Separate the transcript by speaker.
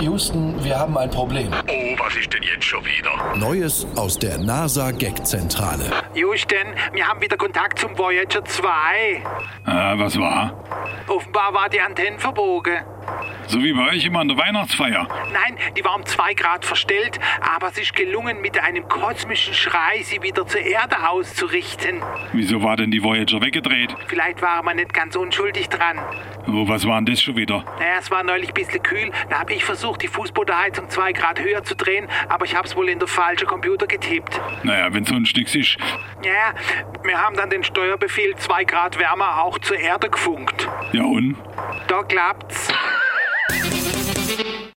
Speaker 1: Houston, wir haben ein Problem.
Speaker 2: Oh, was ist denn jetzt schon wieder?
Speaker 3: Neues aus der NASA-Gag-Zentrale.
Speaker 4: Houston, wir haben wieder Kontakt zum Voyager 2.
Speaker 2: Ah, was war?
Speaker 4: Offenbar war die Antenne verbogen.
Speaker 2: So wie bei euch immer an der Weihnachtsfeier.
Speaker 4: Nein, die war um zwei Grad verstellt, aber es ist gelungen, mit einem kosmischen Schrei sie wieder zur Erde auszurichten.
Speaker 2: Wieso war denn die Voyager weggedreht?
Speaker 4: Vielleicht war man nicht ganz unschuldig dran.
Speaker 2: Oh, was war denn das schon wieder?
Speaker 4: Naja, es war neulich ein bisschen kühl, da habe ich versucht, die Fußbodenheizung zwei Grad höher zu drehen, aber ich habe es wohl in den falschen Computer getippt.
Speaker 2: Naja, wenn sonst nichts ist.
Speaker 4: Naja, wir haben dann den Steuerbefehl zwei Grad wärmer auch zur Erde gefunkt.
Speaker 2: Ja und?
Speaker 4: Da klappt's.